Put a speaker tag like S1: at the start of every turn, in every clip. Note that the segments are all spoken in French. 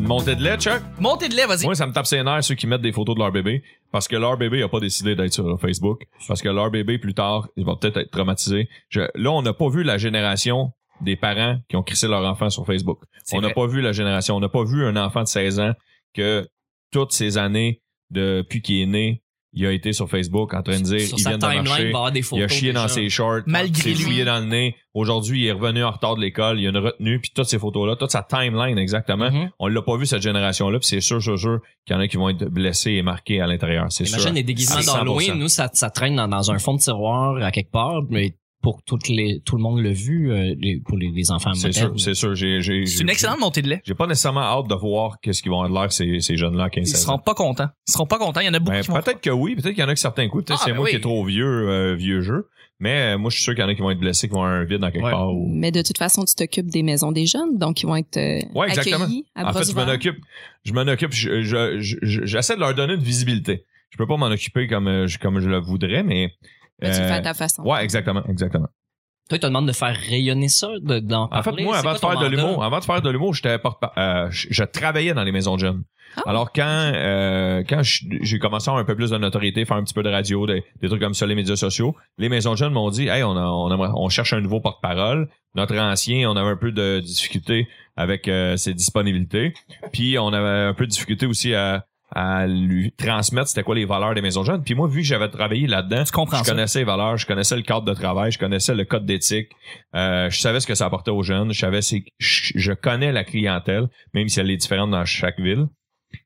S1: montée de lait, Chuck?
S2: Montez de lait, vas-y.
S1: Moi, ça me tape ses nerfs ceux qui mettent des photos de leur bébé parce que leur bébé a pas décidé d'être sur Facebook. Parce que leur bébé, plus tard, il va peut-être être traumatisé. Je- là, on n'a pas vu la génération des parents qui ont crissé leur enfant sur Facebook.
S2: C'est
S1: On n'a
S2: vrai.
S1: pas vu la génération. On n'a pas vu un enfant de 16 ans que toutes ces années depuis qu'il est né, il a été sur Facebook en train de dire
S3: Sur
S1: il
S3: sa
S1: vient de
S3: timeline, il va y
S1: marcher.
S3: avoir des photos.
S1: Il a chié
S3: des
S1: dans
S3: gens.
S1: ses shorts,
S2: Malgré
S1: il s'est
S2: lui.
S1: fouillé dans le nez. Aujourd'hui, il est revenu en retard de l'école, il y a une retenue, puis toutes ces photos-là, toute sa timeline exactement.
S3: Mhm.
S1: On l'a pas vu cette génération-là, puis c'est sûr, sûr, sûr qu'il y en a qui vont être blessés et marqués à l'intérieur. C'est sûr.
S3: Imagine les déguisements
S1: C'est 100%.
S3: d'Halloween, nous, ça, ça traîne dans, dans un fond de tiroir à quelque part, mais pour toutes les, tout le monde l'a vu, euh, les- pour les, les enfants
S1: C'est sûr,
S3: modernes.
S1: c'est sûr. J'ai, j'ai,
S2: C'est
S1: j'ai-
S2: une excellente montée de lait.
S1: J'ai pas nécessairement hâte de voir qu'est-ce qu'ils vont avoir de l'air ces, ces jeunes-là à 15
S2: Ils
S1: 16
S2: seront
S1: ans.
S2: pas contents. Ils seront pas contents. Il y en a beaucoup
S1: Ben,
S2: qui vont.
S1: peut-être que oui, peut-être qu'il y en a qui certains coups. Peut-être
S2: Ah,
S1: c'est
S2: ben
S1: moi qui
S2: oui.
S1: est trop vieux, euh, vieux jeu. Mais euh, moi, je suis sûr qu'il y en a qui vont être blessés, qui vont avoir un vide dans quelque
S3: Ouais.
S1: part. ou-
S4: Mais de toute façon, tu t'occupes des maisons des jeunes, donc ils vont être euh,
S1: Ouais, exactement.
S4: accueillis à
S1: En
S4: bras
S1: fait, je m'en
S4: ouverts.
S1: occupe. Je m'en occupe. je- je- je- je- J'essaie de leur donner une visibilité. Je peux pas m'en occuper comme euh, je, comme je le voudrais, mais.
S4: Mais Ben, tu le
S1: euh,
S4: fais à ta façon.
S1: ouais, exactement, exactement.
S3: Toi, tu te demandes de faire rayonner ça, de- d'en
S1: En
S3: parler.
S1: fait, moi,
S3: C'est
S1: avant
S3: quoi
S1: de
S3: ton
S1: faire de
S3: mandat?
S1: l'humour, hein. avant de faire de l'humour, j'étais porte- euh, je, je travaillais dans les maisons de jeunes.
S4: Ah.
S1: Alors quand euh, quand je- j'ai commencé à avoir un peu plus de notoriété, faire un petit peu de radio, des, des trucs comme ça, les médias sociaux, les maisons de jeunes m'ont dit, hey, on, a- on, aimerait- on cherche un nouveau porte-parole. Notre ancien, on avait un peu de difficulté avec euh, ses disponibilités, puis on avait un peu de difficulté aussi à à lui transmettre c'était quoi les valeurs des maisons de jeunes. Puis moi, vu que j'avais travaillé là-dedans,
S2: Tu comprends
S1: je
S2: ça.
S1: connaissais les valeurs, je connaissais le cadre de travail, je connaissais le code d'éthique, euh, je savais ce que ça apportait aux jeunes, je savais c'est, je, je connais la clientèle, même si elle est différente dans chaque ville.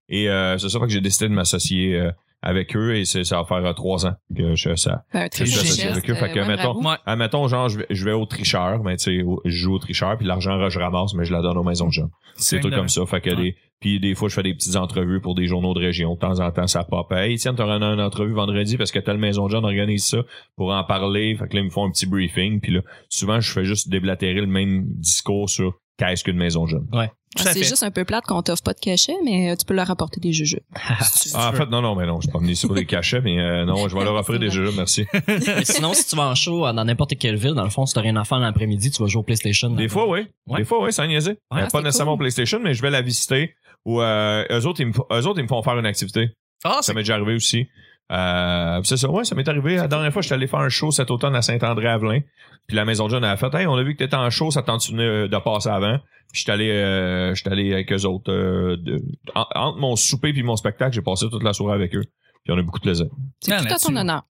S1: Et euh, c'est ça fait que j'ai décidé de m'associer euh, avec eux et c'est, ça va faire euh, trois ans que je fais ça.
S4: Fait Ben, un très
S1: Je
S4: beau
S2: suis
S4: geste, euh,
S1: avec eux, fait que,
S4: ouais,
S1: mettons,
S4: bravo.
S2: Ouais.
S1: Ah, mettons, genre, je vais, je vais au tricheur, mais tu sais, au- je joue au tricheur, puis l'argent, je ramasse, mais je la donne aux maisons de jeunes. C'est des trucs comme ça. Fait que
S2: Ouais.
S1: des, puis des fois, je fais des petites entrevues pour des journaux de région. De temps en temps, ça pop. Hey, tiens, t'auras une entrevue vendredi parce que telle maison de jeunes organise ça pour en parler. Fait que là, ils me font un petit briefing. Puis là, souvent, je fais juste déblatérer le même discours sur qu'est-ce qu'une maison de jeunes.
S2: Tout à
S4: Ouais,
S2: fait.
S4: C'est juste un peu plate qu'on t'offre pas de cachet, mais euh, tu peux leur apporter des jujubes.
S2: Si tu
S1: Ah, en
S2: veux.
S1: fait, non, non, mais non, je suis pas venu ici pour des cachets, mais euh, non, je vais leur offrir des jeux, merci.
S3: Mais sinon, si tu vas en show euh, dans n'importe quelle ville, dans le fond, si t'as rien à faire l'après-midi, tu vas jouer au PlayStation.
S1: Des fois, oui.
S3: Ouais.
S1: Des fois, oui, sans niaiser. Euh,
S4: c'est
S1: pas nécessairement
S4: cool.
S1: au PlayStation, mais je vais la visiter. Ou euh, eux, autres, ils me, fo- eux autres, ils me font faire une activité.
S2: Ah,
S1: Ça
S2: c'est
S1: m'est déjà arrivé aussi. Euh, c'est ça, ouais, ça m'est arrivé. La dernière fois, j'étais allé faire un show cet automne à Saint-André-Avelin. Puis la Maison de John a fait Hey, on a vu que t'étais en show, ça te tente de passer avant. Puis j'étais allé, euh, j'étais allé avec eux autres. euh, de- en- entre mon souper puis mon spectacle, j'ai passé toute la soirée avec eux. Puis on a eu beaucoup de plaisir.
S2: Non,
S4: C'est tout à
S2: là-dessus.
S4: ton honneur.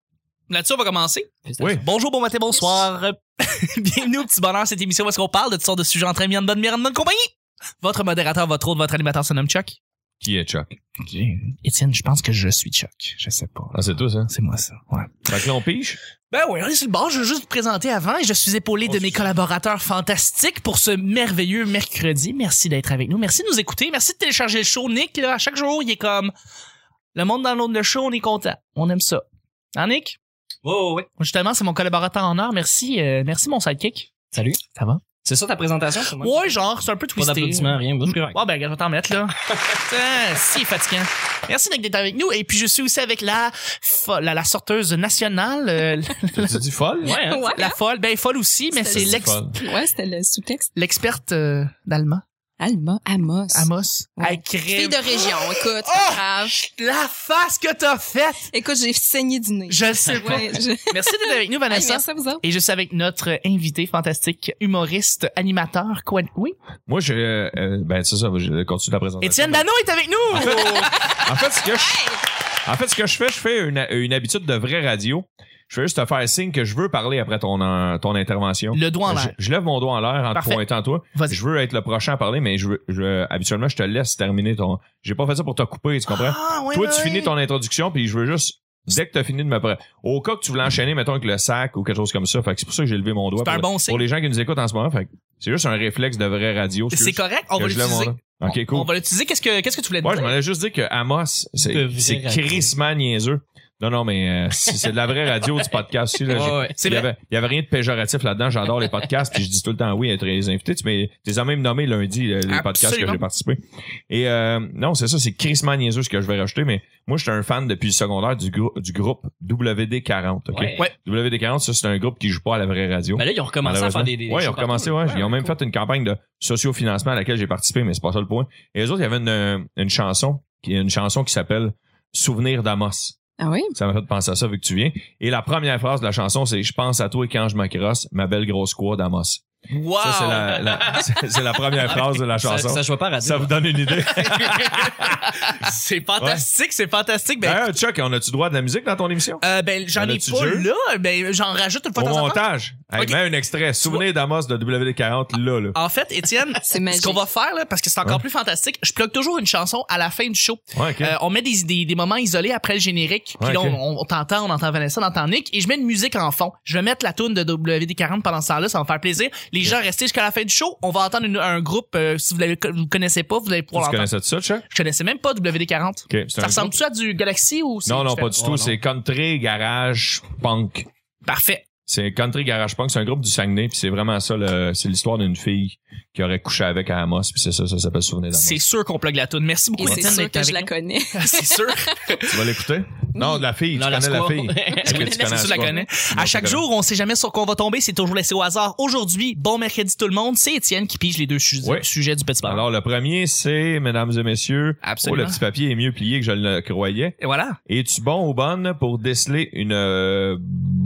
S2: Là-dessus, on va commencer.
S1: Oui.
S2: Bonjour, bon matin, bonsoir. Bienvenue au petit bonheur, cette émission où est-ce qu'on parle de toutes sortes de sujets entre amis, en bonne mère, en bonne compagnie. Votre modérateur, votre autre, votre animateur se nomme Chuck.
S1: Qui est Chuck?
S2: Étienne, je pense que je suis Chuck. Je sais pas.
S1: Ah, c'est tout, ça.
S2: C'est moi, ça. Ouais.
S1: Fait que là, on pige.
S2: Ben oui, on est sur le bord. Je veux juste vous présenter avant et je suis épaulé de mes collaborateurs fantastiques pour ce merveilleux mercredi. Merci d'être avec nous. Merci de nous écouter. Merci de télécharger le show. Nick, là, à chaque jour, il est comme le monde dans l'autre le show, on est content. On aime ça. Hein, Nick?
S3: Oh, oui.
S2: Justement, c'est mon collaborateur en or. Merci, euh, merci mon sidekick.
S3: Salut.
S2: Ça va?
S3: C'est ça ta présentation? c'est moi?
S2: Ouais, genre, c'est un peu
S3: Pas
S2: twisté.
S3: d'applaudissements, rien. Bon, c'est correct.
S2: Ouais, ben, je vais t'en mettre, là. Putain, si fatigant. Merci Nick, d'être avec nous. Et puis, je suis aussi avec la, fo- la, la sorteuse nationale, euh,
S1: Tu dis folle?
S3: Ouais, hein?
S4: Ouais,
S2: la folle. Ben, folle aussi, mais c'est
S4: C'était-
S2: l'ex,
S1: Folle.
S4: ouais c'était le sous-texte.
S2: l'experte euh, d'allemand,
S4: Alma, Amos.
S2: Amos.
S4: Ouais.
S2: Elle crève.
S4: Fille de région, écoute, c'est
S1: Oh!
S2: Ah!
S4: pas grave.
S2: La face que t'as faite!
S4: Écoute, j'ai saigné du nez.
S2: Je le sais pas.
S4: Ouais, je-
S2: Merci d'être avec nous,
S4: Hey,
S2: Vanessa.
S4: merci à vous autres.
S2: Et je suis avec notre invité fantastique, humoriste, animateur, quoi. Oui.
S1: Moi, je. euh, ben, c'est ça, je continue la présentation.
S2: Étienne Dano est avec nous!
S1: En fait, en fait, ce que je, en fait, ce que je fais, je fais une, une habitude de vraie radio. Je vais juste te faire signe que je veux parler après ton, euh, ton intervention.
S2: Le doigt en
S1: Je,
S2: l'air.
S1: je lève mon doigt en l'air en te
S2: Parfait.
S1: pointant toi.
S2: Vas-y.
S1: Je veux être le prochain à parler, mais je, veux- je- habituellement, je te laisse terminer ton. J'ai pas fait ça pour te couper, tu comprends?
S2: Ah, ouais,
S1: toi,
S2: ouais,
S1: tu
S2: ouais.
S1: finis ton introduction, puis je veux juste. Dès que tu as fini de me prendre. Au cas que tu voulais enchaîner, mettons, avec le sac ou quelque chose comme ça. Fait que c'est pour ça que j'ai levé mon doigt.
S2: C'est un
S1: pour,
S2: bon signe.
S1: pour les gens qui nous écoutent en ce moment, fait que c'est juste un réflexe de vraie radio.
S2: C'est
S1: excuse,
S2: correct, on
S1: que
S2: va
S1: je lève mon
S2: l'utiliser.
S1: doigt. Ok, cool.
S2: On va l'utiliser. Qu'est-ce que, qu'est-ce que tu voulais
S1: Ouais, je
S2: dire?
S1: m'allais juste dire que Amos,
S3: De
S1: c'est
S3: vrai
S1: c'est
S3: radio.
S1: crissement niaiseux. Non, non, mais euh, si c'est de la vraie radio du podcast aussi. Là, j'ai-
S3: Ouais, ouais.
S2: C'est
S1: il y
S2: vrai.
S1: avait, il y avait rien de péjoratif là-dedans. J'adore les podcasts, puis je dis tout le temps oui à les invités. Tu m'es- tu les as même nommés lundi, euh, les podcasts que
S2: Absolument.
S1: j'ai participé. Et euh, non, c'est ça, c'est Chris niaiseux ce que je vais rajouter, mais moi, j'étais un fan depuis le secondaire du, grou- du groupe WD40. ok?
S3: Ouais.
S2: Ouais. Ben
S1: WD40, ça, c'est un groupe qui joue pas à la vraie radio.
S3: Mais là, ils ont recommencé à
S1: Malheureusement.
S3: faire des. des
S1: ouais, ils
S3: shows
S1: ont recommencé,
S3: partout,
S1: ouais.
S3: là.
S1: Ils ont même
S3: cool.
S1: fait une campagne de sociofinancement à laquelle j'ai participé, mais c'est pas ça le point. Et les autres, il y avait une, euh, une chanson, qui une chanson qui s'appelle Souvenir d'Amos.
S4: Ah oui?
S1: Ça m'a fait penser à ça vu que tu viens. Et la première phrase de la chanson, c'est Je pense à toi et quand je m'accrosse, ma belle grosse croix d'Amos.
S2: Wow!
S1: Ça, c'est la, la- c'est- c'est la première phrase de la
S3: Ça,
S1: chanson.
S3: ça,
S1: Ça,
S3: je vois pas à radio.
S1: vous donne une idée.
S2: C'est fantastique, c'est fantastique. Ben,
S1: Hey, Chuck, on a-tu droit de la musique dans ton émission?
S2: euh, ben j'en
S1: y'en
S2: ai
S1: a-tu
S2: pas
S1: deux?
S2: là. Ben, j'en rajoute une fois
S1: Au
S2: de temps en temps.
S1: montage. Hey,
S2: Ok.
S1: Mets un extrait. Souvenir d'Amos de WD40, là, là.
S2: En fait, Étienne,
S4: C'est magique.
S2: ce qu'on va faire, là, parce que c'est encore
S1: Ouais.
S2: plus fantastique, je plug toujours une chanson à la fin du show.
S1: Ouais, ok.
S2: Euh, on met des, des, des moments isolés après le générique. Puis
S1: Ouais,
S2: là,
S1: ok.
S2: on, on t'entend, on entend Vanessa, on entend Nick. Et je mets une musique en fond. Je vais mettre la toune de WD40 pendant ce temps-là. Ça va me faire plaisir. Les gens, restez jusqu'à la fin du show. On va entendre une- un groupe. euh, si vous ne connaissez pas, vous allez
S1: tu
S2: pouvoir l'entendre.
S1: connaissais ça, Chuck?
S2: Je connaissais même pas WD40.
S1: Ok, c'est
S2: Ça
S1: un
S2: ressemble-tu à du Galaxy ou c'est
S1: Non, non,
S2: différent?
S1: pas du
S3: Oh, non.
S1: tout. C'est country, garage, punk.
S2: Parfait.
S1: C'est Country Garage Punk, c'est un groupe du Saguenay, puis c'est vraiment ça, le- c'est l'histoire d'une fille qui aurait couché avec à Amos, puis c'est ça, ça s'appelle Souvenir d'Amos.
S2: C'est sûr qu'on plug la toune. Merci beaucoup,
S4: Et c'est
S2: Étienne,
S4: sûr
S2: d'être
S4: que je
S2: avec
S4: la
S2: nous.
S4: connais.
S2: C'est sûr.
S1: Tu vas l'écouter? Non, de la fille,
S3: Non,
S1: tu
S3: la
S1: connais la
S3: squaw.
S1: fille. Est-ce que
S2: Tu la
S1: squaw?
S2: connais.
S1: Non,
S2: À
S1: tu
S2: chaque
S1: connais.
S2: jour, on sait jamais sur quoi on va tomber. C'est toujours laissé au hasard. Aujourd'hui, bon mercredi tout le monde. C'est Étienne qui pige les deux su-
S1: Oui.
S2: sujets du petit bar.
S1: Alors, le premier, c'est, mesdames et messieurs, oh,
S2: Absolument.
S1: le petit papier est mieux plié que je le croyais.
S2: Et voilà.
S1: Es-tu bon ou bonne pour déceler une euh,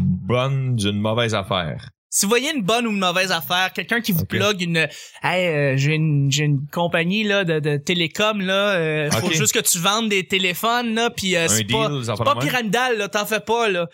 S1: bonne d'une mauvaise affaire?
S2: Si vous voyez une bonne ou une mauvaise affaire, quelqu'un qui vous
S1: Ok.
S2: plug une, hey, euh, j'ai une, j'ai une compagnie là de, de télécom là, euh, faut
S1: Ok.
S2: juste que tu vendes des téléphones là, puis euh,
S1: Un
S2: c'est
S1: deal,
S2: pas,
S1: des affaires
S2: c'est pas
S1: de même?
S2: pyramidal là, t'en fais pas là.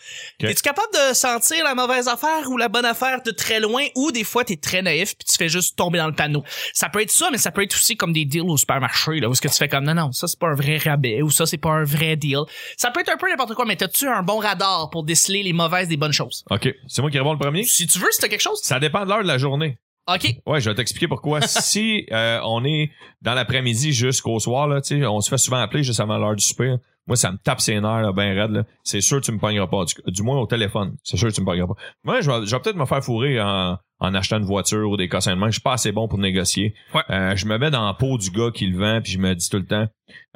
S2: Es-tu capable de sentir la mauvaise affaire ou la bonne affaire de très loin ou des fois t'es très naïf puis tu fais juste tomber dans le panneau. Ça peut être ça, mais ça peut être aussi comme des deals au supermarché là où ce que tu fais comme non non ça c'est pas un vrai rabais ou ça c'est pas un vrai deal. Ça peut être un peu n'importe quoi, mais t'as-tu un bon radar pour déceler les mauvaises des bonnes choses?
S1: OK. C'est moi qui réponds le premier?
S2: Si tu veux, si t'as quelque chose,
S1: Ça dépend de l'heure de la journée.
S2: ok.
S1: Ouais, je vais t'expliquer pourquoi. si euh, on est dans l'après-midi jusqu'au soir, là, tu sais, on se fait souvent appeler juste avant l'heure du souper. hein. Moi, ça me tape ses nerfs, là, ben raide. là. C'est sûr que tu me pogneras pas. Du, du moins au téléphone. C'est sûr que tu me pogneras pas. Moi, je vais, je vais peut-être me faire fourrer en, en achetant une voiture ou des cossins de main. Je suis pas assez bon pour négocier.
S2: Ouais.
S1: Euh, je me mets dans la peau du gars qui le vend, puis je me dis tout le temps,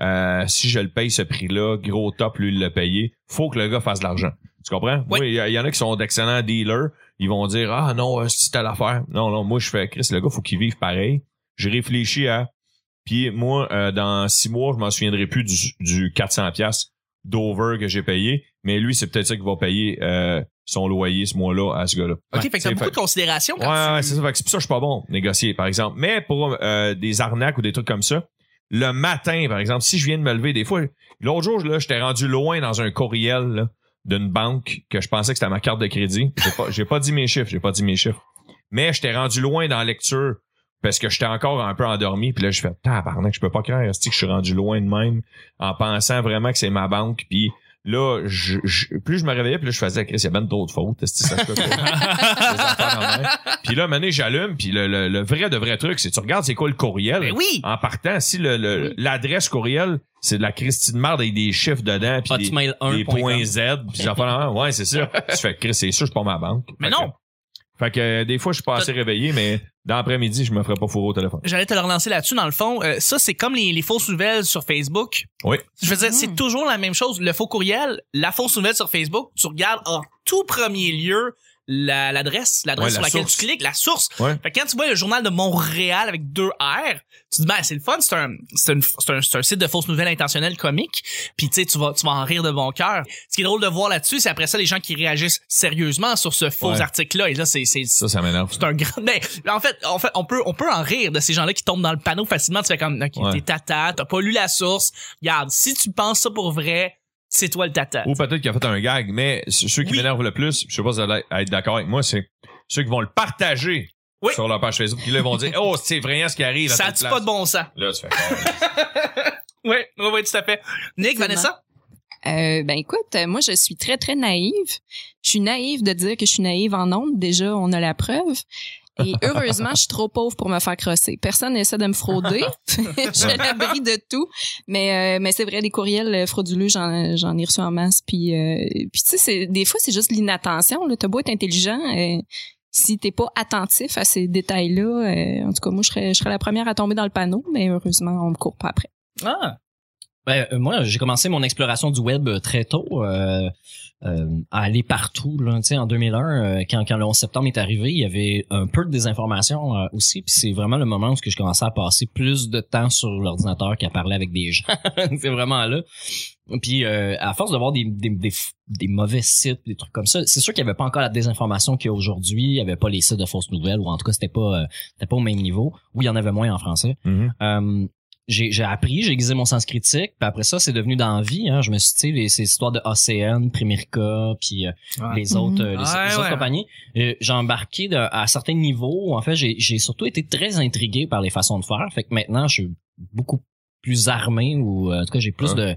S1: euh, si je le paye ce prix-là, gros top, lui, il l'a payé. Faut que le gars fasse de l'argent. Tu comprends?
S2: Ouais.
S1: Oui, il y, a- il y en a qui sont d'excellents dealers ils vont dire ah non euh, c'est telle affaire non non moi je fais Chris le gars faut qu'il vive pareil j'ai réfléchi à puis moi euh, dans six mois je m'en souviendrai plus du, du 400 pièces d'over que j'ai payé mais lui c'est peut-être ça qui va payer euh, son loyer ce mois-là à ce gars-là
S2: Ok, fait que t'as
S1: C'est
S2: beaucoup de considération
S1: Ouais,
S2: quand tu-
S1: ouais, c'est ça. Fait que c'est pour ça que je suis pas bon négocier, par exemple. Mais pour euh, des arnaques ou des trucs comme ça, le matin, par exemple, si je viens de me lever, des fois, l'autre jour, là, j'étais rendu loin dans un courriel là, d'une banque que je pensais que c'était ma carte de crédit. J'ai pas, j'ai pas dit mes chiffres, j'ai pas dit mes chiffres. Mais j'étais rendu loin dans la lecture parce que j'étais encore un peu endormi. Puis là, je fais, tabarnak, je peux pas croire esti, que je suis rendu loin de même en pensant vraiment que c'est ma banque. Puis là, je, je- plus je me réveillais, plus je faisais, Chris, il y a ben trop de fautes. esti, ça se peut pas. Des affaires de même. Puis là, mané, j'allume, puis le, le- le vrai de vrai truc, c'est tu regardes c'est quoi le courriel.
S2: Ben oui!
S1: En partant, si le- le- l'adresse courriel, c'est de la Christine Marde avec des chiffres dedans,
S2: Ah,
S1: puis des,
S3: Hotmail
S1: des points
S3: 1.
S1: Z, puis des affaires de même. Ouais, c'est sûr. tu fais, Chris, c'est sûr, je suis pas ma banque.
S2: Mais
S1: Fait que-
S2: non.
S1: fait que euh, des fois, je suis pas assez réveillé, mais dans l'après-midi, je me ferai pas fourrer au téléphone.
S2: J'allais te le relancer là-dessus, dans le fond. Euh, ça, c'est comme les, les fausses nouvelles sur Facebook.
S1: Oui.
S2: Je veux dire,
S4: Mm.
S2: c'est toujours la même chose. Le faux courriel, la fausse nouvelle sur Facebook, tu regardes en tout premier lieu la- l'adresse, l'adresse
S1: Ouais,
S2: sur
S1: la
S2: laquelle
S1: source.
S2: tu cliques, la source.
S1: Ouais.
S2: Fait que quand tu vois le journal de Montréal avec deux R, tu te dis, ben, c'est le fun, c'est un, c'est une- c'est un, c'est un site de fausses nouvelles intentionnelles comiques. Puis, tu sais, tu vas, tu vas en rire de bon cœur. Ce qui est drôle de voir là-dessus, c'est après ça les gens qui réagissent sérieusement sur ce faux
S1: Ouais.
S2: article-là. Et là, c'est, c'est,
S1: Ça, ça m'énerve.
S2: c'est un grand. Mais en fait, en fait, on peut, on peut en rire de ces gens-là qui tombent dans le panneau facilement. Tu fais comme, ok,
S1: Ouais.
S2: t'es tata, t'as pas lu la source. Regarde, si tu penses ça pour vrai, c'est toi le tata.
S1: Ou peut-être qu'il a fait un gag, mais c- ceux qui
S2: Oui.
S1: m'énervent le plus, je sais pas si vous allez être d'accord avec moi, c'est ceux qui vont le partager
S2: Oui.
S1: sur leur page Facebook, puis là, ils vont dire, oh, c'est vraiment ce qui arrive. à
S2: Ça
S1: telle
S2: a-tu
S1: place.
S2: pas de bon sens?
S1: Là, tu fais, Ah,
S2: Ouais, ouais, ouais, tout à fait. Nick,
S4: Absolument.
S2: Vanessa?
S4: Euh, ben écoute, euh, moi je suis très très naïve. Je suis naïve de dire que je suis naïve en ondes. Déjà, on a la preuve. Et heureusement, je suis trop pauvre pour me faire crosser. Personne n'essaie de me frauder. je suis à l'abri de tout. Mais, euh, mais c'est vrai, des courriels euh, frauduleux, j'en, j'en ai reçu en masse. Puis, euh, puis tu sais, c'est- des fois, c'est juste l'inattention. Là. T'as beau être intelligent, euh, si t'es pas attentif à ces détails-là, euh, en tout cas, moi, je serais, je serais la première à tomber dans le panneau. Mais heureusement, on me court pas après.
S2: Ah,
S3: Ben, euh, moi, j'ai commencé mon exploration du web euh, très tôt, euh, euh, à aller partout. Là. Tu sais, En 2001, euh, quand, quand le 11 septembre est arrivé, il y avait un peu de désinformation euh, aussi. Puis c'est vraiment le moment où ce que je commençais à passer plus de temps sur l'ordinateur qu'à parler avec des gens. c'est vraiment là. Puis euh, à force de voir des, des, des, f- des mauvais sites, des trucs comme ça, c'est sûr qu'il n'y avait pas encore la désinformation qu'il y a aujourd'hui. Il n'y avait pas les sites de fausses nouvelles, ou en tout cas, c'était pas, euh, c'était pas au même niveau. Ou il y en avait moins en français.
S1: Mhm.
S3: Euh, j'ai j'ai appris, j'ai aiguisé mon sens critique, puis après ça, c'est devenu dans la vie. Hein. Je me suis dit, tu sais, les- ces histoires de Océane, Primerica, puis euh,
S2: Ouais.
S3: les autres, euh, les,
S2: Ouais,
S3: les autres
S2: ouais.
S3: compagnies, euh, j'ai embarqué de- à certains niveaux. En fait, j'ai j'ai surtout été très intrigué par les façons de faire. Fait que maintenant, je suis beaucoup plus armé ou euh, en tout cas, j'ai plus
S1: Ouais.
S3: de...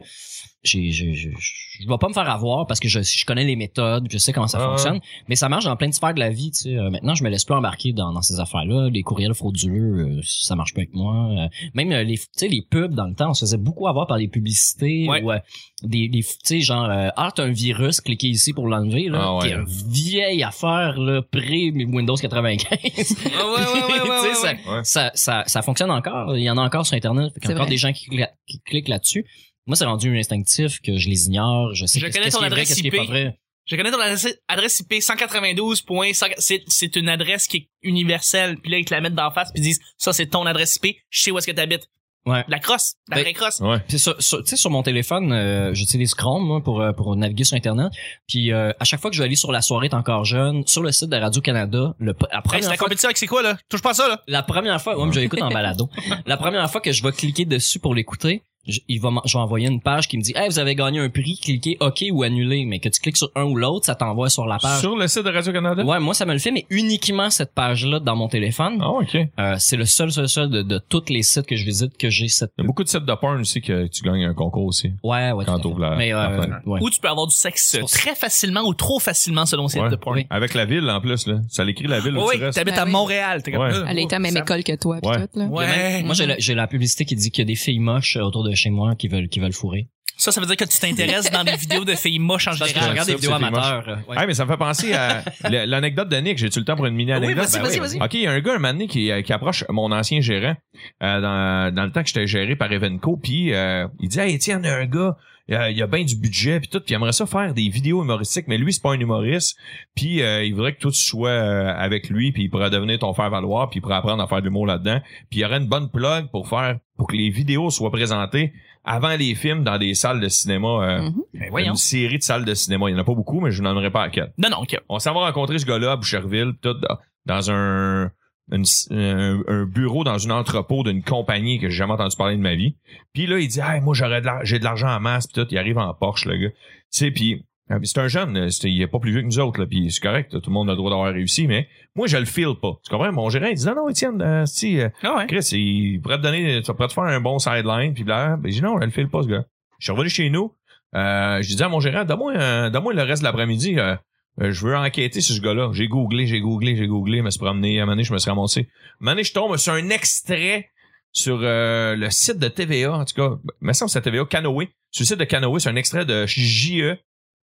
S3: j'ai- j'ai- j'ai- Je vais pas me faire avoir parce que je, je connais les méthodes, je sais comment ça
S1: Ouais, ouais.
S3: fonctionne, mais ça marche dans plein de sphères de la vie. Tu sais. Euh, Maintenant, je me laisse plus embarquer dans, dans ces affaires-là. Les courriels frauduleux, euh, ça marche pas avec moi. Euh, même euh, les tu sais les pubs dans le temps on se faisait beaucoup avoir par les publicités
S2: Ouais.
S3: ou euh, des des tu sais genre euh, ah t'as un virus cliquez ici pour l'enlever là
S1: Ah ouais.
S3: qui est une vieille affaire là pré Windows 95
S2: Ah ouais, ouais, ouais, ouais,
S3: Tu sais,
S2: ouais,
S3: ça-
S2: ouais.
S1: Ouais.
S3: ça, ça, ça fonctionne encore. Il y en a encore sur Internet. Il y
S4: C'est
S3: a encore
S4: vrai.
S3: des gens qui, cla- qui cliquent là-dessus. Moi, c'est rendu instinctif que je les ignore. Je sais
S2: Je
S3: qu'est-ce
S2: connais
S3: qu'est-ce
S2: ton
S3: qui est vrai,
S2: adresse
S3: qu'est-ce qui est
S2: IP.
S3: pas vrai.
S2: Je connais ton adresse, adresse IP 192. point cent- C'est, c'est une adresse qui est universelle. Puis là, ils te la mettent d'en face puis ils disent ça, c'est ton adresse IP. Je sais où est-ce que t'habites.
S3: Ouais.
S2: La crosse. La
S3: Ben-
S2: vraie crosse.
S3: Puis sur, sur- tu sais, sur mon téléphone, euh, j'utilise Chrome moi, pour, euh, pour naviguer sur Internet. Puis euh, à chaque fois que je vais aller sur la soirée T'es encore jeune, sur le site de Radio-Canada, le, la
S2: Hey,
S3: première
S2: c'est la
S3: fois
S2: compétition avec c'est quoi, là? Touche pas à ça, là.
S3: La première fois, ouais, mais je l'écoute en balado. La première fois que je vais cliquer dessus pour l'écouter, je, il va, m'en- je vais envoyer une page qui me dit, hey, vous avez gagné un prix, cliquez OK ou annuler. Mais que tu cliques sur un ou l'autre, ça t'envoie sur la page.
S1: Sur le site de Radio-Canada?
S3: Ouais, moi, ça me le fait, mais uniquement cette page-là dans mon téléphone.
S1: Ah, OK. Il
S3: Euh, c'est le seul, seul, seul de, de tous les sites que je visite que j'ai cette.
S1: y a beaucoup de sites de porn aussi que tu gagnes un concours aussi.
S3: Ouais, ouais.
S1: Quand
S3: tout à
S1: t'ouvres
S3: fait.
S1: la-
S3: Mais, euh,
S1: la fenêtre.
S3: ouais.
S2: Ou tu peux avoir du sexe
S3: C'est pour ça.
S2: très facilement ou trop facilement selon ces
S1: Ouais.
S2: de points.
S3: Oui.
S1: Avec la ville, en plus, là. Ça l'écrit la ville où
S2: Oui,
S1: tu restes.
S2: t'habites
S4: Ben
S2: à
S4: oui.
S2: Montréal. T'es comme,
S1: Ouais.
S2: euh,
S4: Elle est à la même
S2: ça-
S4: école que toi, puis
S1: Ouais.
S4: tout,
S3: Il y
S4: là.
S3: a même-
S2: Ouais.
S3: moi, j'ai la, j'ai la publicité qui dit qu'il y a des filles moches euh, autour de chez moi qui veulent, qui veulent fourrer.
S2: Ça, ça veut dire que tu t'intéresses dans des vidéos de filles moches en
S3: Parce que
S2: général.
S3: je regarde des
S1: c'est-
S3: vidéos
S1: c'est des moches.
S3: amateurs. euh, ouais.
S1: Ah, mais ça me fait penser à l- l'anecdote de Nick. J'ai-tu le temps pour une
S2: Oui,
S1: mini-anecdote?
S2: vas-y,
S1: Ben
S2: vas-y,
S1: oui.
S2: vas-y.
S1: OK, il y a un gars, un moment donné, qui, euh, qui approche mon ancien gérant euh, dans, dans le temps que j'étais géré par Evenco. Puis euh, il dit, « Hey, tiens, il y a un gars, euh, il y a bien du budget, puis tout, puis il aimerait ça faire des vidéos humoristiques, mais lui, c'est pas un humoriste. Puis euh, il voudrait que toi, tu sois euh, avec lui, puis il pourrait devenir ton faire-valoir, puis il pourrait apprendre à faire de l'humour là-dedans. Puis il y aurait une bonne plug pour faire pour que les vidéos soient présentées avant les films dans des salles de cinéma. euh,
S4: Mhm.
S2: Ben voyons.
S1: Une série de salles de cinéma. Il y en a pas beaucoup, mais je vous n'en donnerai pas à quelle
S2: Non, non, ok.
S1: on s'en va rencontrer ce gars-là à Boucherville, tout dans- dans un, une- un, un bureau, dans une entrepôt d'une compagnie que j'ai jamais entendu parler de ma vie. Puis là, il dit, hey, moi, j'aurais de l'ar- j'ai de l'argent en masse, puis tout. Il arrive en Porsche, le gars. Tu sais, puis euh, c'est un jeune, euh, c'est- il est pas plus vieux que nous autres, là, puis c'est correct, tout le monde a le droit d'avoir réussi, mais moi, je le feel pas. Tu comprends? Mon gérant, il dit, non, non, Étienne, euh, si, euh,
S2: Ah ouais.
S1: Chris, il pourrait te donner, ça pourrait te faire un bon sideline, puis là, ben, j'ai dit non, je le file pas, ce gars. Je suis revenu chez nous, euh, j'ai dit à mon gérant, donne-moi, un- donne-moi le reste de l'après-midi, euh, euh, je veux enquêter sur ce gars-là. J'ai googlé, j'ai googlé, j'ai googlé, je me suis promené, à un moment donné, je me suis ramassé. À un moment donné, je tombe sur un extrait sur euh, le site de TVA, en tout cas, il me semble que c'est TVA Canoë. Sur le site de Canoë, c'est un extrait de JE,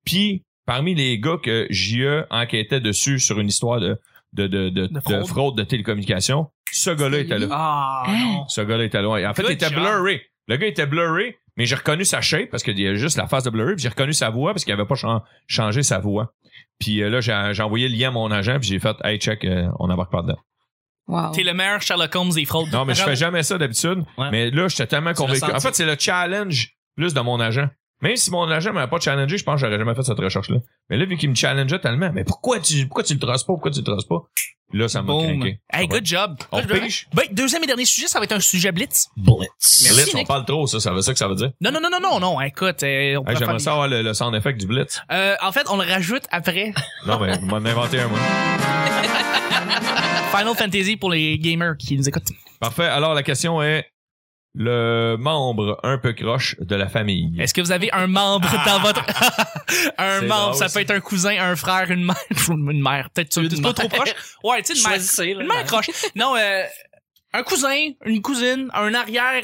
S1: puis parmi les gars que JE enquêtait dessus sur une histoire de, de, de, de, de fraude.
S2: fraude.
S1: de télécommunications, ce gars-là était là.
S2: Ah, non.
S1: Ce gars-là était loin. En fait,
S2: Good
S1: il était
S2: job.
S1: blurry. Le gars était blurry, mais j'ai reconnu sa shape parce qu'il y a juste la face de blurry, puis j'ai reconnu sa voix parce qu'il avait pas chan- changé sa voix. Puis euh, là, j'ai j'ai envoyé le lien à mon agent, puis j'ai fait Hey, check, euh, on embarque pas dedans.
S4: Wow.
S2: T'es le meilleur Sherlock Holmes des fraudes.
S1: Non, mais je fais jamais ça d'habitude.
S3: Ouais.
S1: Mais là, j'étais tellement
S3: Tu l'as
S1: convaincu. En
S3: senti.
S1: fait, c'est le challenge plus de mon agent. Même si mon agent m'avait pas challengé, je pense que j'aurais jamais fait cette recherche-là. Mais là, vu qu'il me challengeait tellement, mais pourquoi tu, pourquoi tu le traces pas? Pourquoi tu le traces pas? Là, ça m'a
S2: Boom.
S1: craqué.
S2: Hey, good job.
S1: On
S2: Good job.
S1: pige?
S2: Ben, deuxième et dernier sujet, ça va être un sujet blitz.
S3: Blitz.
S2: Merci,
S1: Blitz, on
S2: Nick.
S1: parle trop, ça. Ça veut ça que ça veut dire?
S2: Non, non, non, non, non, non. Écoute, euh, on
S1: Hey,
S2: pourrait
S1: J'aimerais
S2: faire-
S1: ça avoir le, le sound effect du Blitz.
S2: Euh, en fait, on le rajoute après
S1: Non, mais on m'en inventer un, moi.
S2: Final Fantasy pour les gamers qui nous écoutent.
S1: Parfait. Alors, la question est le membre un peu croche de la famille.
S2: Est-ce que vous avez un membre dans votre un
S1: Ah. C'est
S2: membre,
S1: drôle,
S2: ça
S1: ça.
S2: peut être un cousin, un frère, une mère, une mère, peut-être tu-
S3: Une
S2: c'est pas trop
S3: mère.
S2: proche. Ouais, tu sais une mère,
S3: Choisissez, là,
S2: une mère
S3: la-
S2: croche. Non, euh, un cousin, une cousine, un arrière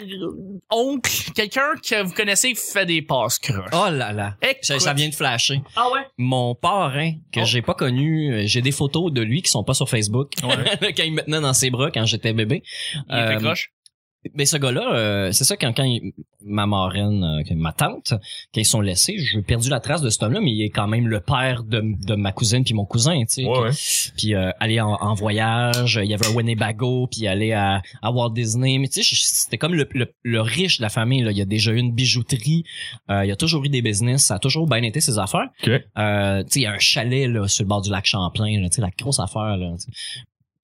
S2: oncle, quelqu'un que vous connaissez fait des passes croches.
S3: Oh là là.
S2: Écoute.
S3: Ça, ça vient de flasher.
S2: Ah ouais.
S3: Mon parrain, que
S2: Oh.
S3: j'ai pas connu, euh, j'ai des photos de lui qui sont pas sur Facebook. quand il me tenait dans ses bras quand j'étais bébé.
S2: Il était
S3: Euh,
S2: croche.
S3: Mais ce gars-là, euh, c'est ça quand, quand il- ma marraine, euh, que- ma tante, quand ils sont laissés, j'ai perdu la trace de ce homme-là, mais il est quand même le père de, de ma cousine puis mon cousin, tu sais.
S1: Ouais, ouais.
S3: Puis euh, aller en, en voyage, il y avait un Winnebago, puis aller à, à Walt Disney, mais tu sais, je- c'était comme le, le, le riche de la famille. Là. Il y a déjà eu une bijouterie, euh, il y a toujours eu des business, ça a toujours bien été ses affaires.
S1: Ok.
S3: Euh, tu sais, il y a un chalet là, sur le bord du lac Champlain, là, tu sais, la grosse affaire. Là, tu sais.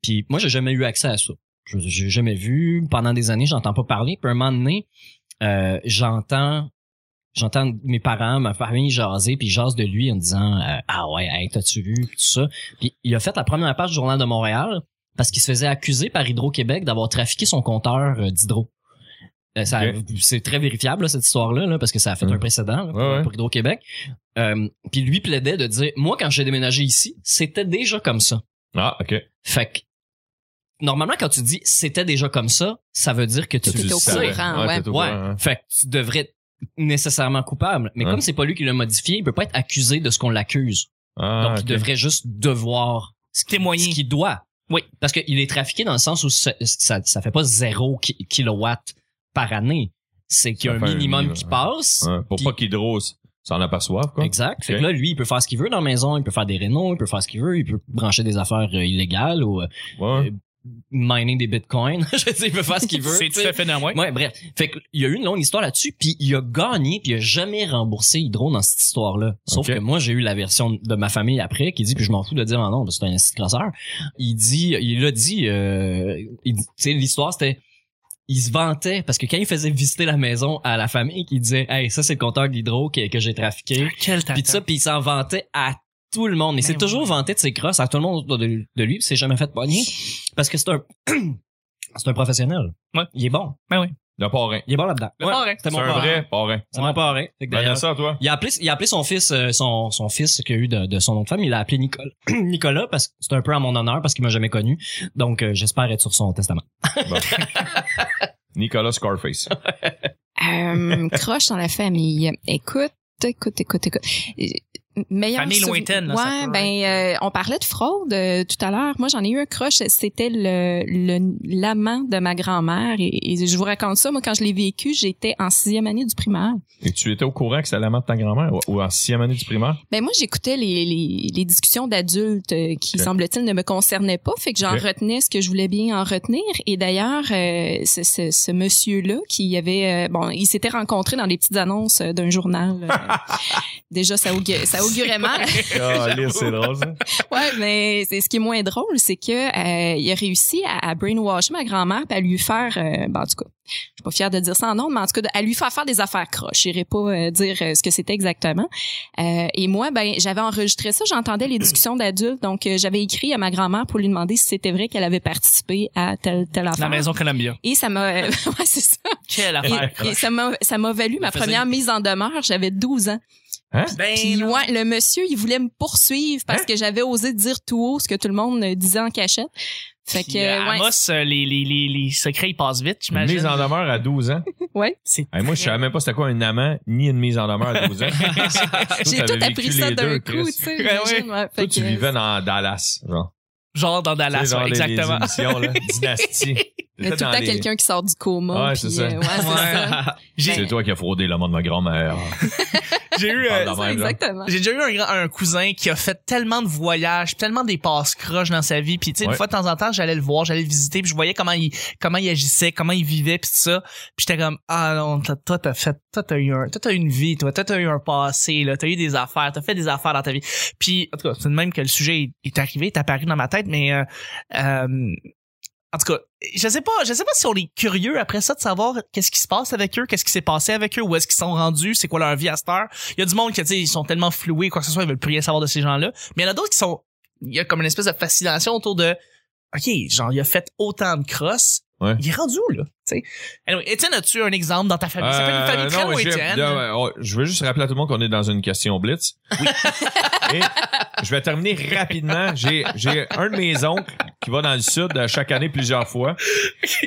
S3: puis moi, j'ai jamais eu accès à ça. Je- J'ai jamais vu. Pendant des années, j'entends pas parler. Puis un moment donné, euh, j'entends j'entends mes parents, ma famille jaser, puis ils jasent de lui en disant euh, Ah ouais, hey, t'as-tu vu? » Puis tout ça. Puis il a fait la première page du Journal de Montréal parce qu'il se faisait accuser par Hydro-Québec d'avoir trafiqué son compteur euh, d'hydro. Euh, ça-
S1: Ok.
S3: C'est très vérifiable, là, cette histoire-là, là, parce que ça a fait
S1: Mm.
S3: un précédent là, pour,
S1: Ouais, ouais.
S3: pour Hydro-Québec. Euh, puis lui plaidait de dire « Moi, quand j'ai déménagé ici, c'était déjà comme ça. »
S1: Ah, ok.
S3: Fait que, normalement, quand tu dis « c'était déjà comme ça », ça veut dire que tu
S4: T'étais
S3: le
S4: au
S3: sais.
S1: savais.
S4: courant, ouais.
S1: t'étais au
S3: Ouais.
S1: courant, hein.
S3: Fait que tu devrais être nécessairement coupable. Mais
S1: Ouais.
S3: comme c'est pas lui qui l'a modifié, il peut pas être accusé de ce qu'on l'accuse.
S1: Ah,
S3: Donc,
S1: ok.
S3: il devrait juste devoir ce qu'il-
S2: Témoigner.
S3: ce qu'il doit.
S2: Oui.
S3: Parce qu'il est trafiqué dans le sens où ça, ça, ça fait pas zéro ki- kilowatt par année. C'est qu'il y a
S1: Ça
S3: un
S1: fait un
S3: minimum,
S1: minimum,
S3: qui
S1: ouais.
S3: passe.
S1: Ouais, Pour
S3: Puis-
S1: pas qu'Hydro s- s'en aperçoive, quoi.
S3: Exact. Fait
S1: Ok.
S3: que là, lui, il peut faire ce qu'il veut dans la maison, il peut faire des rénaux, il peut faire ce qu'il veut, il peut brancher des affaires euh, illégales ou euh,
S1: Ouais.
S3: miner des bitcoins. Je veux dire, il peut faire ce qu'il veut.
S2: C'est
S3: tu
S2: tout
S3: sais.
S2: à fait normal.
S3: Ouais, bref. Fait qu'il y a eu une longue histoire là-dessus, puis il a gagné, puis il a jamais remboursé Hydro dans cette histoire-là. Sauf
S1: Ok.
S3: que moi, j'ai eu la version de ma famille après qui dit, puis je m'en fous de dire en nom, parce que c'est un esti de cancer. Il dit, il a dit, euh, il dit- tu sais, l'histoire c'était, il se vantait parce que quand il faisait visiter la maison à la famille, il disait, hey, ça c'est le compteur d'Hydro que, que j'ai trafiqué,
S2: Quel
S3: puis de ça, puis il s'en vantait à tout le monde. Mais c'est
S2: Ben oui.
S3: toujours vanté de ses crosses à tout le monde autour de, de lui, puis c'est jamais fait pogner parce que c'est un, c'est un professionnel.
S2: Ouais.
S3: Il est bon.
S1: Le parrain.
S3: Il est bon là-dedans.
S2: Le parrain.
S3: C'était
S1: C'est
S3: mon
S1: un
S3: parrain.
S1: vrai parrain.
S3: C'est mon parrain. Fait que d'ailleurs,
S1: Vanessa, toi?
S3: il a appelé, il a appelé son fils, euh, son, son fils qu'il a eu de, de son nom de femme, il l'a appelé Nicolas, Nicolas parce que c'est un peu à mon honneur parce qu'il m'a jamais connu. Donc, euh, j'espère être sur son testament.
S1: Nicolas Scarface.
S4: Euh, croche dans la famille. Écoute, écoute, écoute, écoute. Euh, Meilleur
S2: Famille
S4: souvenir-
S2: lointaine, là, ça
S4: ouais,
S2: peut
S4: ben euh, on parlait de fraude euh, tout à l'heure. Moi, j'en ai eu un croche. C'était le le- l'amant de ma grand-mère et, et je vous raconte ça. Moi, quand je l'ai vécu, j'étais en sixième année du primaire.
S1: Et tu étais au courant que c'est l'amant de ta grand-mère ou, ou en sixième année du primaire?
S4: Ben moi, j'écoutais les, les, les discussions d'adultes euh, qui,
S1: Ok.
S4: semble-t-il, ne me concernaient pas, fait que j'en
S1: Ok.
S4: retenais ce que je voulais bien en retenir. Et d'ailleurs, euh, ce, ce- ce monsieur-là qui avait... euh, bon, il s'était rencontré dans les petites annonces euh, d'un journal. euh, déjà, ça, augu- ça augurait mal.
S1: Ah, c'est drôle, ça.
S4: ouais, mais c'est ce qui est moins drôle, c'est que euh, il a réussi à, à brainwasher ma grand-mère puis à lui faire... euh, ben, en tout cas, je suis pas fière de dire ça en nom, mais en tout cas, de- à lui faire faire des affaires croches. J'irai pas euh, dire euh, ce que c'était exactement. Euh, et moi, ben, j'avais enregistré ça, j'entendais les discussions d'adultes, donc euh, j'avais écrit à ma grand-mère pour lui demander si c'était vrai qu'elle avait participé à telle telle
S2: La
S4: affaire.
S2: maison Columbia.
S4: Et ça m'a, ouais, c'est ça.
S2: Quelle
S4: Et,
S2: affaire.
S4: et ça m'a, ça m'a valu ma
S2: faisait-
S4: première mise en demeure. J'avais 12 ans. Puis
S2: Ben,
S4: ouais, le monsieur, il voulait me poursuivre
S2: Hein?
S4: parce que j'avais osé dire tout haut ce que tout le monde euh, disait en cachette. Fait que,
S2: Puis, euh,
S4: ouais.
S2: Amos, euh, les, les, les, les secrets, ils passent vite,
S1: Une
S2: j'imagine.
S1: mise en demeure à 12 ans.
S4: Ouais.
S2: C'est
S1: Hey, moi, je savais même pas c'était quoi un amant ni une mise en demeure à 12 ans.
S4: J'ai
S1: t'avais
S4: tout
S1: vécu
S4: appris
S1: les
S4: ça d'un
S1: deux,
S4: coup, tu
S1: Chris.
S4: sais.
S2: Ouais,
S4: j'imagine,
S1: Toi,
S4: ouais. Fait
S1: tu
S4: que-
S1: vivais dans Dallas, genre.
S2: genre dans
S1: Tu sais,
S2: Dallas,
S1: genre
S2: ouais,
S1: les- les
S2: exactement.
S1: émissions, là. Dynastie.
S4: Il y
S1: T'étais
S4: a tout le
S1: dans
S4: temps
S1: les-
S4: quelqu'un qui sort du coma.
S1: Ouais,
S4: puis,
S1: c'est ça.
S4: euh, ouais, c'est
S2: Ouais.
S4: ça.
S2: J'ai-
S1: C'est toi qui as fraudé le monde de ma grand-mère.
S2: J'ai eu, euh,
S1: Parle de Ah,
S4: C'est
S1: même, là.
S4: Exactement.
S2: J'ai déjà eu un, grand- un cousin qui a fait tellement de voyages, tellement des passes croches dans sa vie, puis tu sais une
S1: Ouais.
S2: fois de temps en temps, j'allais le voir, j'allais le visiter, puis je voyais comment il comment il agissait, comment il vivait puis tout ça. Puis j'étais comme ah non, t'as- toi t'as fait toi t'as eu un toi t'as eu une vie, toi toi t'as eu un passé là, t'as eu des affaires, t'as fait des affaires dans ta vie. Puis en tout cas, c'est de même que le sujet est, est arrivé, est apparu dans ma tête, mais euh, euh, en tout cas, je sais pas, je sais pas si on est curieux après ça de savoir qu'est-ce qui se passe avec eux, qu'est-ce qui s'est passé avec eux, où est-ce qu'ils sont rendus, c'est quoi leur vie à cette heure. Il y a du monde qui, tu sais, ils sont tellement floués, quoi que ce soit, ils veulent plus rien savoir de ces gens-là. Mais il y en a d'autres qui sont, il y a comme une espèce de fascination autour de, OK, genre, il a fait autant de crosses,
S1: Ouais.
S2: Il est rendu où, là? Tu sais. Anyway, Étienne, as-tu un exemple dans ta famille? Ça peut être une famille
S1: Euh,
S2: très
S1: non, mais j'ai-
S2: lointaine.
S1: non, mais, oh, je veux juste rappeler à tout le monde qu'on est dans une question blitz. Et je vais terminer rapidement. J'ai, j'ai un de mes oncles qui va dans le sud euh, chaque année plusieurs fois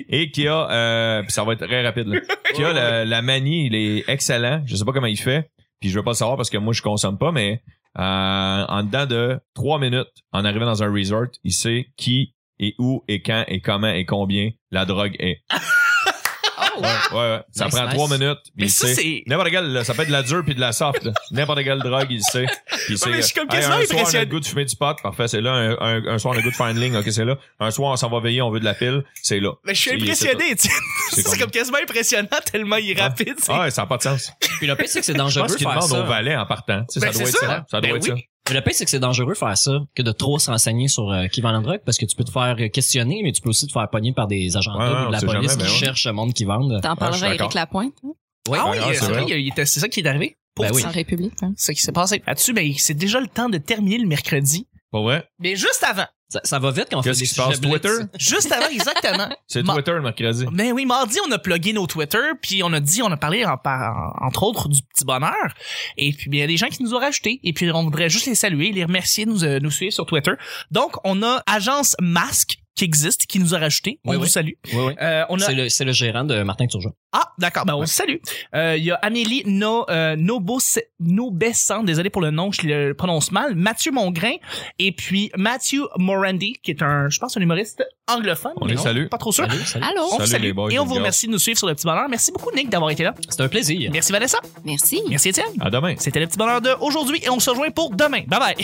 S1: et qui a, euh, puis ça va être très rapide, là, qui a la, la manie, il est excellent. Je sais pas comment il fait, puis je veux pas le savoir parce que moi je consomme pas, mais euh, en dedans de trois minutes, en arrivant dans un resort, il sait qui et où et quand et comment et combien la drogue est.
S4: Oh,
S1: Ouais, ouais, ouais. Ça
S3: Nice,
S1: prend
S3: nice.
S1: trois minutes. puis
S2: Mais
S1: il
S2: ça,
S1: sait.
S2: c'est.
S1: N'importe quelle, là, ça peut être de la dure puis de la soft. là. N'importe quelle drogue, il le sait. Puis c'est,
S2: mais je suis comme
S1: euh,
S2: quasiment
S1: un soir, on a
S2: impressionné.
S1: le goût de fumer du pot, parfait, c'est là. Un, un- un soir, on a le goût de faire une ligne, ok, c'est là. Un soir, on s'en va veiller, on veut de la pile, c'est là.
S2: Mais je suis
S1: Il est
S2: impressionné, Étienne.
S1: C'est
S2: C'est comme quasiment impressionnant tellement il est
S1: Ah.
S2: rapide. c'est-
S1: Ah, ouais, ça n'a pas de sens.
S3: Puis le pire, c'est que c'est
S1: Je
S3: dangereux
S1: pense
S3: de
S1: qu'il
S3: faire
S1: demande au
S3: ça.
S1: valet en partant. Tu sais,
S2: Ben,
S1: ça doit
S2: c'est
S1: être
S2: ça.
S1: ça. Ça doit
S2: Ben
S1: être
S2: oui.
S1: ça.
S3: Mais le pire, c'est que c'est dangereux de faire ça que de trop se renseigner sur euh, qui vend la drogue parce que tu peux te faire questionner, mais tu peux aussi te faire pogner par des agents
S1: Ouais, ouais,
S3: doubles ou de la
S1: on sait
S3: police
S1: jamais,
S3: qui
S1: mais ouais.
S3: cherchent le monde qui vend.
S4: T'en parleras à Éric
S1: d'accord.
S4: Lapointe, hein,
S2: Ah oui,
S1: Ah, c'est
S2: c'est
S1: vrai.
S2: vrai, il- il était- c'est ça qui est arrivé. Pour
S3: Ben oui.
S4: en République. hein.
S2: ce qui s'est passé là-dessus, mais c'est déjà le temps de terminer le mercredi.
S1: Pas vrai?
S2: Mais juste avant,
S3: Ça, ça va vite quand on fait
S1: Qu'est-ce
S3: des
S1: qui se
S3: sujets
S1: passe?
S3: blitz.
S1: Twitter?
S2: juste avant exactement.
S1: C'est
S2: Ma-
S1: Twitter le mercredi.
S2: Mais oui, mardi, on a plugué nos Twitter, puis on a dit, on a parlé en, par- entre autres du petit bonheur. Et puis, bien, il y a des gens qui nous ont rajoutés. Et puis, on voudrait juste les saluer, les remercier de nous, euh, nous suivre sur Twitter. Donc, on a Agence Masque qui existe, qui nous a rajoutés. On
S3: Oui,
S2: vous
S3: oui.
S2: salue.
S3: Oui, oui.
S2: Euh, on a
S3: C'est le, c'est le gérant de Martin Turgeon.
S2: Ah, d'accord, ben on se salue. Euh, Il y a Amélie no, euh, Nobos- Nobessan, désolé pour le nom, je le prononce mal, Mathieu Mongrain, et puis Matthew Morandi, qui est un, je pense, un humoriste anglophone.
S1: On
S2: mais
S1: les
S2: non,
S1: salue.
S2: Pas trop sûr.
S3: Salut, salut.
S4: Allô?
S2: On vous
S1: Salut,
S2: salue.
S1: les boys,
S2: et on
S1: les
S2: vous
S1: gars.
S2: remercie de nous suivre sur le petit bonheur. Merci beaucoup, Nick, d'avoir été là.
S3: C'est un plaisir.
S2: Merci, Vanessa.
S4: Merci.
S2: Merci, Étienne.
S1: À demain.
S2: C'était le petit bonheur de aujourd'hui et on se rejoint pour demain. Bye bye.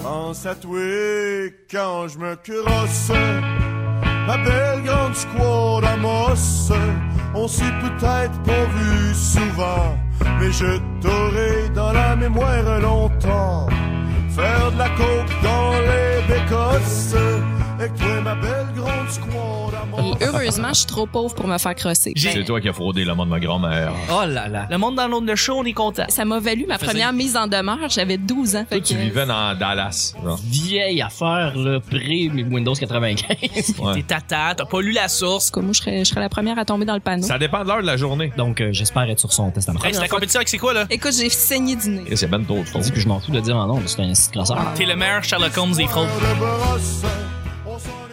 S5: pense à toi quand je me crosse. Ma belle grande squad d'Amos, on s'est peut-être pas vu souvent, mais je t'aurai dans la mémoire longtemps. Faire de la coke dans les bécosses, avec toi ma belle grande squad d'Amos.
S4: Et heureusement, je suis trop pauvre pour me faire crosser.
S2: J'ai-
S1: C'est
S4: Ben,
S1: toi qui as fraudé le monde de ma grand-mère.
S3: Oh là là.
S2: Le monde dans l'autre de show, on est content.
S4: ça m'a valu ma
S3: Faisais-
S4: première mise en demeure. J'avais 12 ans.
S1: Toi,
S4: fait
S1: tu
S4: que-
S1: vivais dans Dallas. genre.
S3: Vieille affaire, là, pré Windows 95.
S1: Ouais.
S2: T'es tata, t'as pas lu la source.
S4: En tout cas, moi, je serais, je serais la première à tomber dans le panneau.
S1: Ça dépend de l'heure de la journée.
S3: Donc, euh, j'espère être sur son testament.
S2: Hey, c'est la compétition avec c'est quoi, là?
S4: Écoute, j'ai saigné du nez.
S1: Et c'est ben trop
S3: Je dis, puis je m'en fous de dire un nom, c'est un site crosseur.
S2: T'es le meilleur Sherlock Holmes des fraudes.
S5: De brosse, on s'en